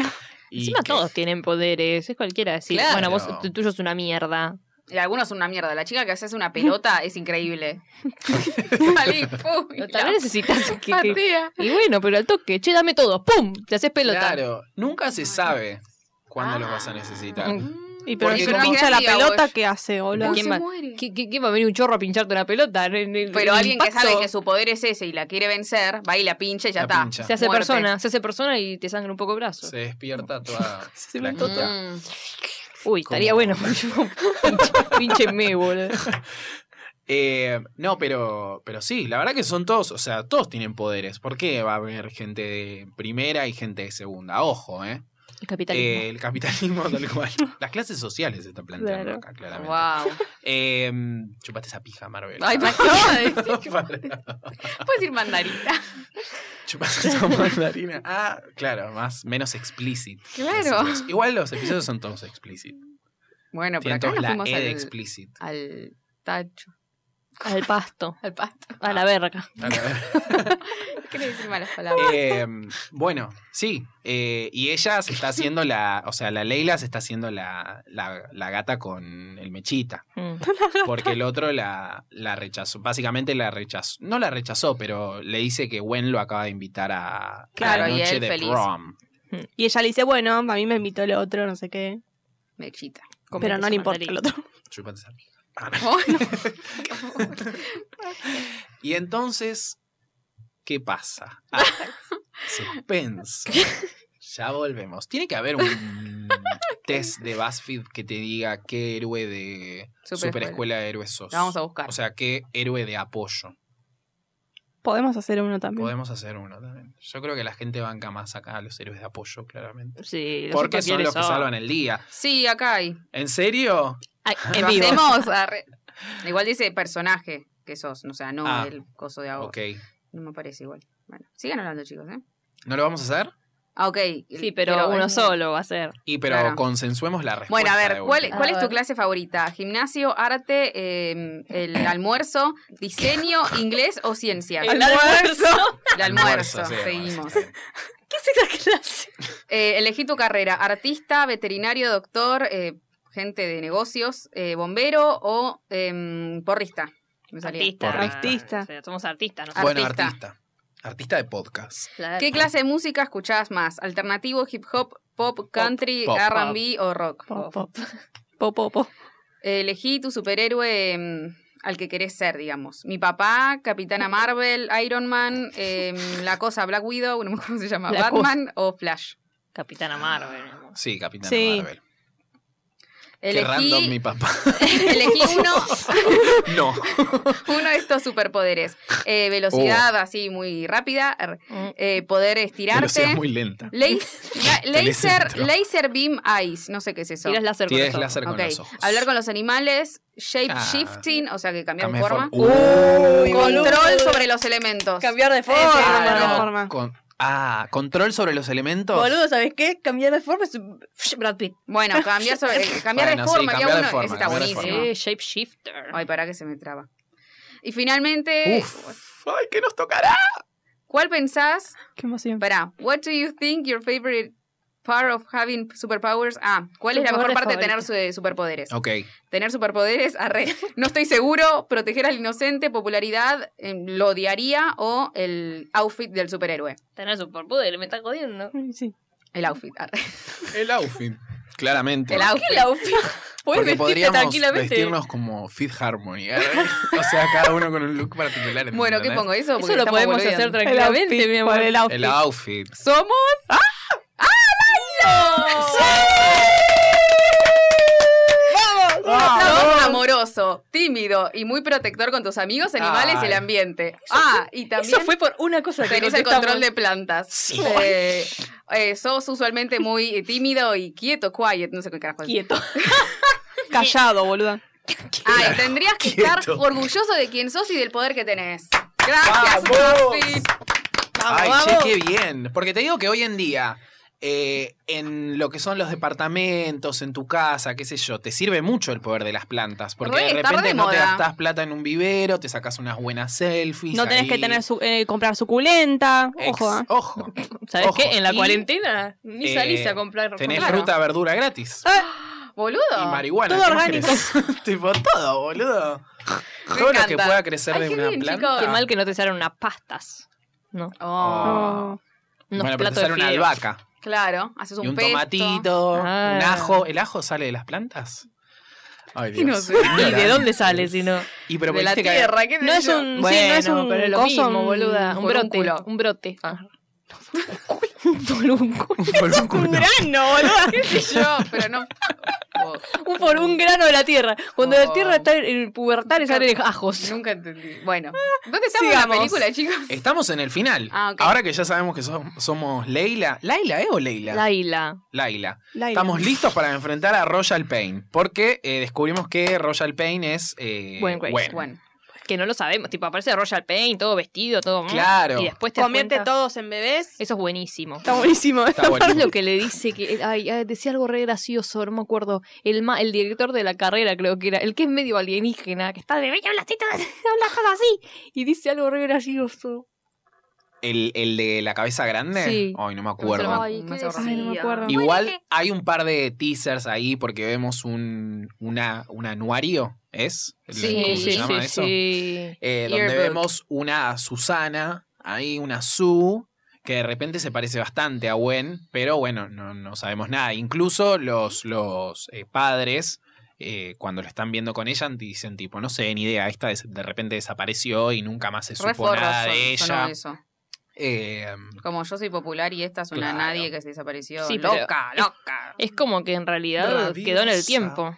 y Encima que- todos tienen poderes. Es cualquiera decir, Claro. bueno, vos, tu- tuyo es una mierda. Y Eh, algunos son una mierda. La chica que hace una pelota es increíble. Salí, pum, y Tal la vez necesitas que- que- patea. Y bueno, pero al toque, che, dame todo, ¡pum! Te haces pelota. Claro, nunca se sabe cuándo los vas a necesitar. Mm. Y pero Porque si como- pincha la Diga pelota, vos. ¿qué hace? Hola. No ¿Quién se va- muere. ¿Qué, qué- qué va a venir un chorro a pincharte una pelota? En el- Pero el alguien que impacto sabe que su poder es ese y la quiere vencer, va y la pincha y La ya está. pincha. Se hace Muerte. persona, se hace persona y te sangra un poco el brazo. Se despierta toda. Se flaquita. levantó toda. Mm. Uy, estaría Como- bueno. Pinchenme, boludo. Eh, no, pero, pero sí, la verdad que son todos, o sea, todos tienen poderes. ¿Por qué va a haber gente de primera y gente de segunda? Ojo, ¿eh? El capitalismo. Eh, el capitalismo tal cual. Las clases sociales se están planteando Claro. acá, claramente. Wow. Eh, chupate esa pija, Marvel. Ay, me acabo de decir. Para- Puedes decir mandarita. Chupate esa mandarina. Ah, claro, más, menos explícit. Claro. Así es. Igual los episodios son todos explícit. Bueno, pero Tienen acá todos nos la fuimos E de al, explícit. al tacho, Al pasto, al pasto. a la verga. A la verga. Quiero decir malas palabras. Eh, bueno, sí. eh, y ella se está haciendo la. O sea, la Leila se está haciendo la, la- la gata con el mechita. Mm. Porque el otro la, la rechazó. Básicamente la rechazó. No la rechazó, pero le dice que Gwen lo acaba de invitar a Claro, la y noche él de feliz. prom. Y ella le dice, bueno, a mí me invitó el otro, no sé qué. Me excita. Con Pero no besos le importa el mandarín. otro. Chúpate esa pija. Oh, no. Y entonces, ¿qué pasa? Ah, suspenso. Ya volvemos. Tiene que haber un test de BuzzFeed que te diga qué héroe de Superescuela. superescuela de héroes sos. La vamos a buscar. O sea, qué héroe de apoyo. Podemos hacer uno también. Podemos hacer uno también. Yo creo que la gente banca más acá a los héroes de apoyo, claramente. Sí, los Porque son superhéroes los que salvan el día. Sí, acá hay. ¿En serio? Ay, en Lo vivo. hacemos. arre- Igual dice personaje que sos, o sea, no Ah, el coso de ahora. Ok. No me parece igual. Bueno, sigan hablando, chicos, ¿eh? ¿No lo vamos a hacer? Ah, ok. Sí, pero uno solo va a ser. Y pero Claro. consensuemos la respuesta. Bueno, a ver, de ¿cuál, última. cuál es A tu ver. clase favorita? ¿Gimnasio, arte, eh, el almuerzo, diseño, inglés o ciencia? El almuerzo. El almuerzo, sí, seguimos. está bien. ¿Qué es esa clase? Eh, elegí tu carrera, artista, veterinario, doctor, eh, gente de negocios, eh, bombero o em, porrista. Me salía. Artista. Porrista. O sea, somos artistas, ¿no? Bueno, Artista. artista. Artista de podcast. ¿Qué clase de música escuchás más? ¿Alternativo, hip hop, pop, country, Pop. RB o rock? Po, po, po, po, po. Elegí tu superhéroe em, al que querés ser, digamos. Mi papá, Capitana Marvel, Iron Man, em, la cosa Black Widow, no me acuerdo cómo se llama, La Batman o Flash. Capitana Marvel. mi amor. Sí, Capitana Sí. Marvel. Qué random mi Elegí, papá. elegí uno, no. uno de estos superpoderes. Eh, velocidad Oh. así muy rápida, Mm. eh, poder estirarte. Velocidad muy lenta. Lais- la- Laser, Telecentro. laser beam eyes, no sé qué es eso. Tiras láser con Tienes los ojos. láser con Ok. los ojos. Hablar con los animales, shape Ah. shifting, o sea que cambiar de Cambia de forma. Uh, Uy, Control boludo. sobre los elementos. Cambiar de Eh, forma. claro. Cambiar de forma. con- ah, control sobre los elementos. Boludo, ¿sabes qué? Cambiar de forma es Brad Pitt. Bueno, cambiar sobre, eh, cambiar Bueno, de sí, forma, cambiar de había uno, forma, ese está cambiar de buenísimo. forma. Sí, Eh, shapeshifter. Ay, para que se me traba. Y finalmente, Uf. Ay, ¿qué nos tocará? ¿cuál pensás? Qué emoción. Pará, what do you think your favorite part of having superpowers? Ah, ¿cuál es la mejor Superpoderes parte de tener su- superpoderes? Ok. Tener superpoderes, arre. No estoy seguro, proteger al inocente, popularidad, eh, lo odiaría o el outfit del superhéroe. Tener superpoder, me está jodiendo. Sí. El outfit, arre. El outfit. Claramente. El outfit. La outfit. Puedes Porque vestirte podríamos tranquilamente. vestirnos como Fit Harmony. ¿eh? o sea, cada uno con un look particular. Bueno, ¿qué ¿entendés? pongo eso? Porque Eso lo estamos podemos boludeando. hacer tranquilamente, outfit mi amor. por el outfit. El outfit. Somos. ¡Ah! Ah, Sos amoroso, tímido y muy protector con tus amigos, animales y Ay. el ambiente. Ah, y también Eso fue por una cosa que tenés el contestamos. control de plantas. Eh, eh, sos usualmente muy tímido y quieto, quiet, no sé qué carajo. es. Quieto. Callado, boluda. Ah, y tendrías que estar Quieto. orgulloso de quién sos y del poder que tenés. Gracias, Buffy. Ay, vamos. che, qué bien. Porque te digo que hoy en día, eh, en lo que son los departamentos, en tu casa, qué sé yo, te sirve mucho el poder de las plantas. Porque Re, de está repente re no te moda. gastás plata en un vivero, te sacas unas buenas selfies. No tenés ahí. que tener su- eh, comprar suculenta. Ex- ¿eh? Ojo, ah. Ojo. ¿Sabes Ojo. qué? En la Y- cuarentena ni Eh, salís a comprar Tenés comprar. fruta, verdura gratis. Boludo. Y marihuana. Todo ¿qué más orgánico. querés? tipo todo, boludo. todo lo que encanta. pueda crecer Ay, de qué una bien, planta. chicos. Qué mal que no te salen unas pastas. No, Oh, Oh. unos bueno, pero te platos sale de una fideos. albahaca. Claro, haces un, y un pesto. tomatito, un Ah. ajo. ¿El ajo sale de las plantas? Ay, Y Dios. no sé. ¿Y de dónde sale si no? Y pero De la viste que- tierra, ¿qué te No es digo? un- sí, no es un pero es lo coso, mismo, un boluda. Un brote. forúnculo. Un brote. Ah. Un forúnculo. Forúnculo. grano, boludo. ¿Qué sé yo? Pero no. Oh, Un por un grano de la tierra. Cuando la Oh. tierra está en el pubertal, salen ajos. nunca entendí. Bueno, ¿dónde estamos en la Sigamos. película, chicos? Estamos en el final. Ah, ok. Ahora que ya sabemos que so- somos Leila. ¿Laila, eh? ¿O Leila? Laila. Laila. Laila. Estamos listos para enfrentar a Royal Pain. Porque eh, descubrimos que Royal Pain es. Eh, Gwen Grace. Gwen. Bueno, Que no lo sabemos. Tipo, aparece Royal Pain, todo vestido, todo. ¿no? Claro. Y después te das Convierte cuenta- todos en bebés. Eso es buenísimo. Está buenísimo. Está bueno. Es lo que le dice que. eh, Ay, ay, decía algo re gracioso, no me acuerdo. El, ma- el director de la carrera, creo que era. El que es medio alienígena, que está de. "Ven, hablas todo- hablas todo así! Y dice algo re gracioso. El, el de la cabeza grande. Sí. Ay, no me No se acuerdo. lo- Ay, ¿qué Más ahorrado. Ay, no me decía? acuerdo. Igual hay un par de teasers ahí porque vemos un, una, un anuario, ¿es? Sí, ¿Cómo se sí, llama eso? sí. Eh, donde Yearbook. vemos una Susana, ahí una Sue, que de repente se parece bastante a Gwen, pero bueno, no, no sabemos nada. Incluso los, los eh, padres, eh, cuando lo están viendo con ella, dicen tipo, no sé, ni idea, esta des- de repente desapareció y nunca más se supo nada reforros de sonó ella. eso. Eh, Como yo soy popular y esta es una Claro. nadie que se desapareció. Sí, pero- loca, loca. Es como que en realidad Rabiosa. quedó en el tiempo.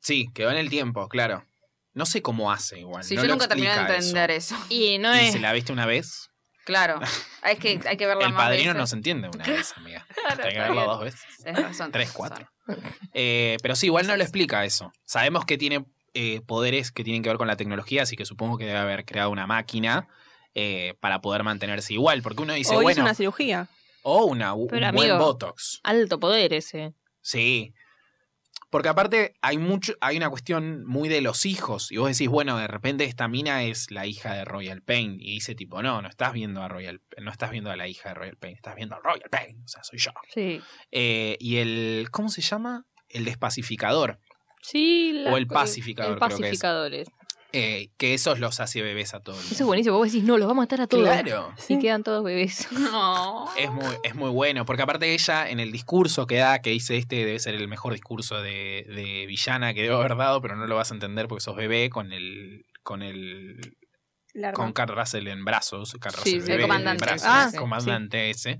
sí, quedó en el tiempo, claro. No sé cómo hace igual. Sí, no yo lo nunca terminé de explica entender eso. Y no eso. ¿Y es. se la viste una vez? Claro. Es que hay que verla El más padrino veces. no se entiende una vez, amiga. Hay que está verlo bien. dos veces. Tenés razón, Tres, tenés cuatro. razón. Eh, pero sí, igual no lo explica eso. Sabemos que tiene eh, poderes que tienen que ver con la tecnología, así que supongo que debe haber creado una máquina eh, para poder mantenerse igual. Porque uno dice, o hizo bueno, una cirugía. o una, un Pero, buen amigo. Botox. Alto poder ese. Sí. Porque aparte hay mucho, hay una cuestión muy de los hijos. Y vos decís, bueno, de repente esta mina es la hija de Royal Pain. Y dice tipo, no, no estás viendo a Royal, no estás viendo a la hija de Royal Pain, estás viendo a Royal Pain. O sea, soy yo. Sí. Eh, y el, ¿cómo se llama? El despacificador. Sí, la- O el pacificador, El creo que es. pacificador es. Eh, que esos los hace bebés a todos. Eso es buenísimo. Vos decís, no, los va a matar a todos. Claro. Y quedan todos bebés. No. Es muy, es muy bueno, porque aparte ella en el discurso que da, que dice este debe ser el mejor discurso de, de villana que debo haber dado, pero no lo vas a entender porque sos bebé con el con el con Carl Russell en brazos, Carl Russell Sí, sí, bebé el en comandante. brazos, Ah, el sí, comandante ese.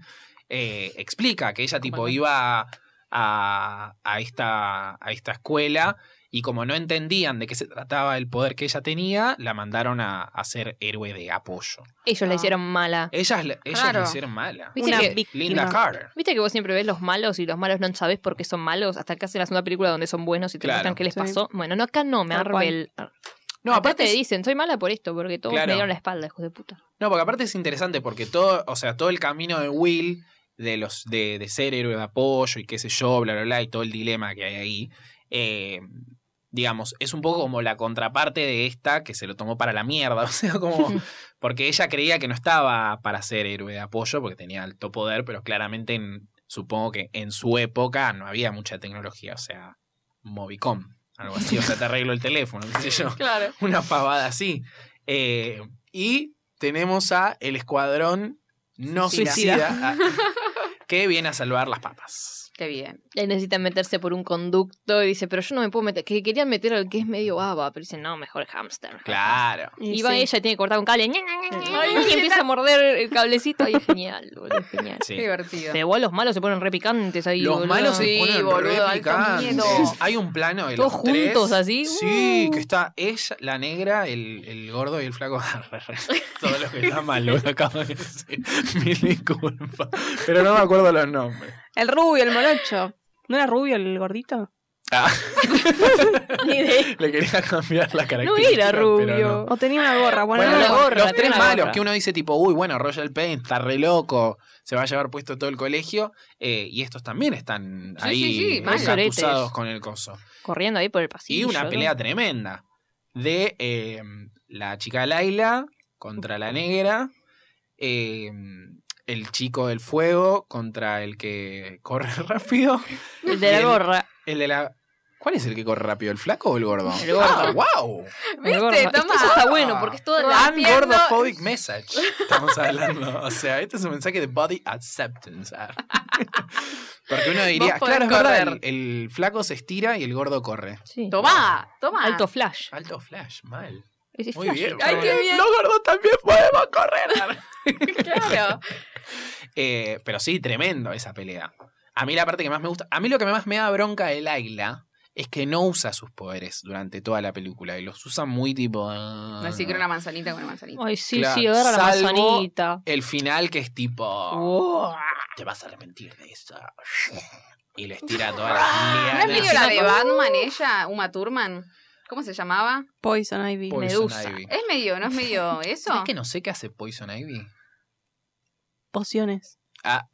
eh, explica que ella tipo iba a, a- a esta, a esta escuela y como no entendían de qué se trataba el poder que ella tenía, la mandaron a, a ser héroe de apoyo. Ellos Ah. la hicieron mala. Ellas, la- ellas Claro. la hicieron mala. Viste Una que- víctima. Linda Carter. Viste que vos siempre ves los malos y los malos no sabés por qué son malos, hasta que hacen la segunda película donde son buenos y te Claro. muestran qué les Sí. pasó. Bueno, no acá no, Tal Marvel. No, aparte aparte, te es- dicen, soy mala por esto, porque todos Claro. me dieron la espalda, hijos de puta. no, porque aparte es interesante porque todo, o sea, todo el camino de Will, de los, de, de ser héroe de apoyo y qué sé yo, bla, bla, bla, y todo el dilema que hay ahí, eh, digamos, es un poco como la contraparte de esta que se lo tomó para la mierda. O sea, como. Porque ella creía que no estaba para ser héroe de apoyo, porque tenía alto poder, pero claramente en- supongo que en su época no había mucha tecnología. O sea, Movicom, algo así. O sea, te arreglo el teléfono, qué sé yo. Claro. una pavada así. Eh, y tenemos a el escuadrón no Suicida. suicida, ah, que viene a salvar las papas. Qué bien. Y ahí necesitan meterse por un conducto y dice, pero yo no me puedo meter, que querían meter al que es medio baba, pero dicen, no, mejor hamster. Claro. Y va sí. ella y tiene que cortar un cable. ña, ña, ña, ña, Ay, y empieza a morder el cablecito. Y es genial, boludo. Es genial. Sí. Qué divertido. Pero igual los malos se ponen repicantes ahí. Los boludo. malos Sí, se ponen boludo, re alto picantes. miedo. Hay un plano de Todos los tres. juntos, así. Sí, Uh. que está ella, la negra, el, el gordo y el flaco. Todo lo que está mal, lo que acabo de decir. Mi disculpa. Pero no me acuerdo los nombres. El rubio, el morocho. ¿No era rubio el gordito? Ah, Ni idea. le quería cambiar la característica. No era pero no. rubio. O tenía una gorra. Bueno, Bueno, no la los, era- gorra, los tiene tres una malos gorra. que uno dice tipo, uy, bueno, Royal Pain está re loco, se va a llevar puesto todo el colegio, eh, y estos también están Sí, ahí sí, sí, mal. engatusados con el coso. Corriendo ahí por el Y pasillo. una ¿no? pelea tremenda de eh, la chica Laila contra la negra, eh, el chico del fuego contra el que corre rápido, El de la Y el- gorra. el de la... ¿Cuál es el que corre rápido, el flaco o el gordo? Ah, El gordo. wow. El gorra. ¿Viste? Está Esto- Eso mal. está bueno porque es todo la... Un Rompiendo- gordophobic message. Estamos hablando. O sea, este es un mensaje de body acceptance. Ah. Porque uno diría, Vos podés claro, es verdad, correr. el, el flaco se estira y el gordo corre. Sí. Tomá, tomá. Alto flash. Alto flash, mal. Ese Muy flash. bien. Ay, Pero qué bueno, bien. Los gordos también podemos correr. Claro. Eh, pero sí, tremendo esa pelea. A mí la parte que más me gusta, a mí lo que más me da bronca de Laila es que no usa sus poderes durante toda la película y los usa muy tipo... ah. Así que era una manzanita con una manzanita. Ay, sí, Claro. sí, agarra la Salvo- manzanita. El final que es tipo... Oh. te vas a arrepentir de eso. Y les tira todas las Ah, ¿No has leído la lianas. de Batman ella? Uma Thurman. ¿Cómo se llamaba? Poison Ivy. Poison Medusa. Ivy. Es medio, ¿no es medio eso? ¿Sabes que no sé qué hace Poison Ivy? Pociones. Ah,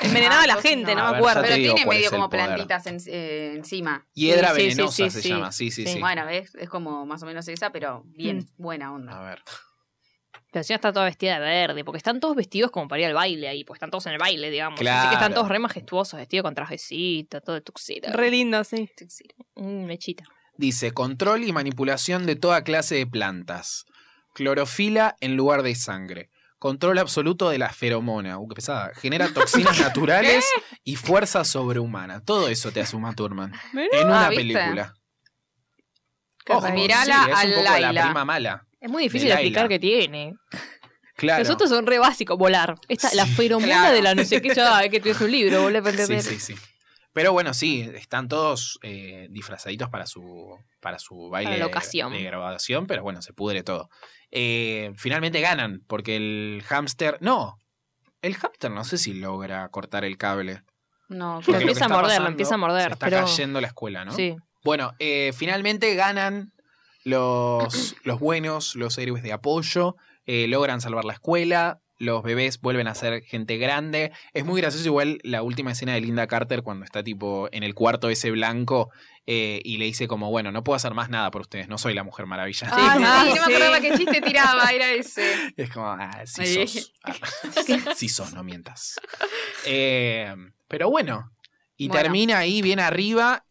Envenenaba a la Ah, gente, no, A no. me ver, acuerdo. ya Pero te digo tiene cuál medio es el como poder. plantitas en- eh, encima. hiedra Sí, sí, sí, venenosa sí, se sí. llama. Sí, sí, Sí. sí. Bueno, ¿ves? es como más o menos esa, pero bien buena A onda. ver. Pero encima está toda vestida de verde, porque están todos vestidos como para ir al baile ahí, pues están todos en el baile, digamos. Así que están Claro. todos re majestuosos, vestidos con trajecita, todo de tuxedo. Re lindo, sí. Mm, mechita. Dice, control y manipulación de toda clase de plantas. Clorofila en lugar de sangre. Control absoluto de la feromona. Uh, qué pesada. Genera toxinas naturales y fuerza sobrehumana. Todo eso te hace Uma Thurman. En una Ah, ¿viste? película. Qué raro. Mirala sí, es un a poco la Laila. prima mala. Es muy difícil De de Laila. explicar que tiene. Claro. Nosotros son re básicos, volar. Esta, la feromona claro. de la no sé qué, ya hay que tienes un libro, volver a Sí, entender. sí, sí. Pero bueno, sí, están todos eh, disfrazaditos para su, para su baile la ocasión. de graduación, pero bueno, se pudre todo. Eh, finalmente ganan, porque el hámster. No, el hámster no sé si logra cortar el cable. No, porque Lo que empieza a está morder, lo pasando, empieza a morder, Se está pero- cayendo la escuela, ¿no? Sí. Bueno, eh, finalmente ganan los, los buenos, los héroes de apoyo, eh, logran salvar la escuela, los bebés vuelven a ser gente grande. Es muy gracioso igual la última escena de Linda Carter cuando está tipo en el cuarto ese blanco eh, y le dice como, bueno, no puedo hacer más nada por ustedes, no soy la mujer maravilla. Ah, sí, Ah, no me sí. acordaba qué chiste tiraba, era ese. Es como, ah, sí Ahí. sos. Ah, sí sos, no mientas. Eh, pero bueno, y Bueno. termina ahí bien arriba,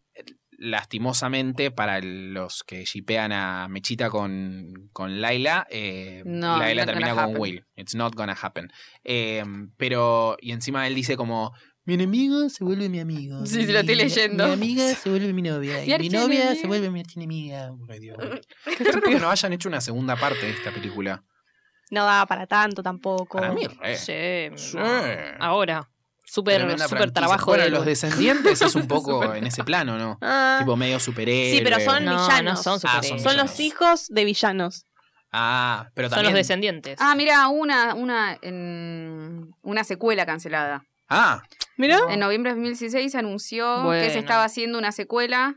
lastimosamente para los que shipean a Mechita con, con Laila, eh, No, Laila not termina gonna con happen. Will. It's not gonna happen. Eh, pero, y encima él dice como... Mi enemigo se vuelve mi amigo. Sí, Mi- lo estoy leyendo. Mi amiga se vuelve mi novia. Mi Y mi novia archienemiga. se vuelve mi archienemiga. Ay, Dios. Qué raro que no hayan hecho una segunda parte de esta película. No daba para tanto tampoco. Para mí, re. Sí. Sí. Ahora. súper Tremenda súper franquicia. trabajo Bueno, de los descendientes es un poco en ese plano, ¿no? Ah. Tipo medio superhéroe. Sí, pero son No, villanos. no son Ah, superhéroes. Son villanos. los hijos de villanos. Ah, pero Son también. los descendientes. Ah, mira, una, una, en- una secuela cancelada. Ah, ¿Mirá? En noviembre de 2016 anunció que Bueno. se estaba haciendo una secuela.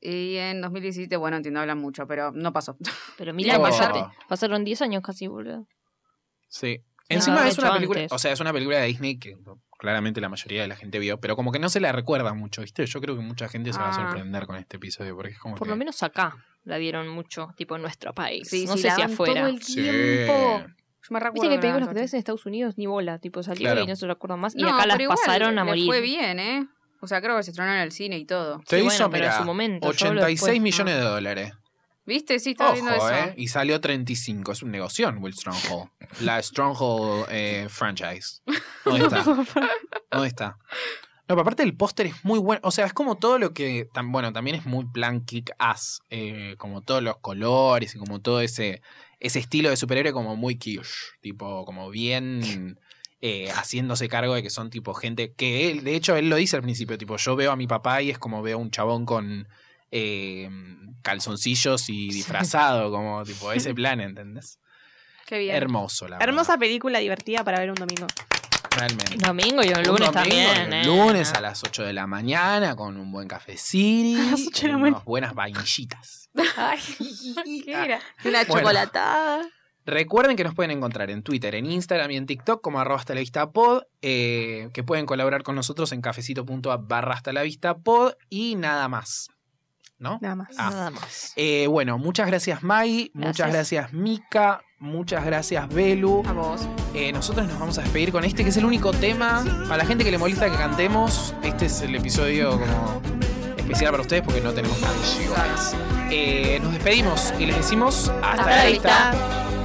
Y en 2017, bueno, entiendo, hablan mucho, pero no pasó. Pero mira, Oh. pasaron, pasaron 10 años casi, boludo. sí. No, Encima de es hecho, una película. antes. O sea, es una película de Disney que claramente la mayoría de la gente vio, pero como que no se la recuerda mucho, ¿viste? Yo creo que mucha gente se va a Ah. sorprender con este episodio, porque es como Por que- lo menos acá la vieron mucho, tipo en nuestro país. Sí, no sí, sé la si dan afuera. todo el Sí. tiempo. Yo me Viste recuerdo. que hay la películas que te noche. ves en Estados Unidos ni bola, tipo salió Claro. y no se lo acuerdan más. Y No, acá las pero igual pasaron a le morir. Fue bien, ¿eh? O sea, creo que se estrenaron en el cine y todo. Se Sí, hizo, bueno, pero en mira, su momento, yo hablo 86 después, ¿no? millones de dólares. ¿Viste? Sí, estaba viendo Ojo, eso. ¿eh? Y salió 35. Es un negoción, Will Stronghold. La Stronghold eh, franchise. ¿Dónde está? ¿Dónde está? Ah. No, pero aparte el póster es muy bueno. O sea, es como todo lo que. tan- bueno, también es muy plan kick ass. eh, como todos los colores y como todo ese, ese estilo de superhéroe, como muy quiche. Tipo, como bien. eh, haciéndose cargo de que son tipo gente. Que él, de hecho, él lo dice al principio. Tipo, yo veo a mi papá y es como veo a un chabón con. eh, calzoncillos y disfrazado, como tipo ese plan, ¿entendés? Qué bien. Hermoso, la Hermosa película divertida para ver un domingo. verdad, realmente. Domingo y un Un domingo, lunes también. un eh. lunes a las 8 de la mañana con un buen cafecito. A las 8 de la y mañana. Unas buenas vainillitas. ¿Qué era? Una Bueno. chocolatada. Recuerden que nos pueden encontrar en Twitter, en Instagram y en TikTok como arroba hasta la vista pod, eh, que pueden colaborar con nosotros en cafecito.app barra hasta la vista pod y nada más. ¿No? Nada más. Ah. Nada más. Eh, bueno, muchas gracias Mai, muchas gracias Mika, muchas gracias Belu. A vos. Eh, nosotros nos vamos a despedir con este, que es el único tema. Para la gente que le molesta que cantemos, este es el episodio como especial para ustedes porque no tenemos canciones. Eh, nos despedimos y les decimos hasta, Hasta la la vista. vista.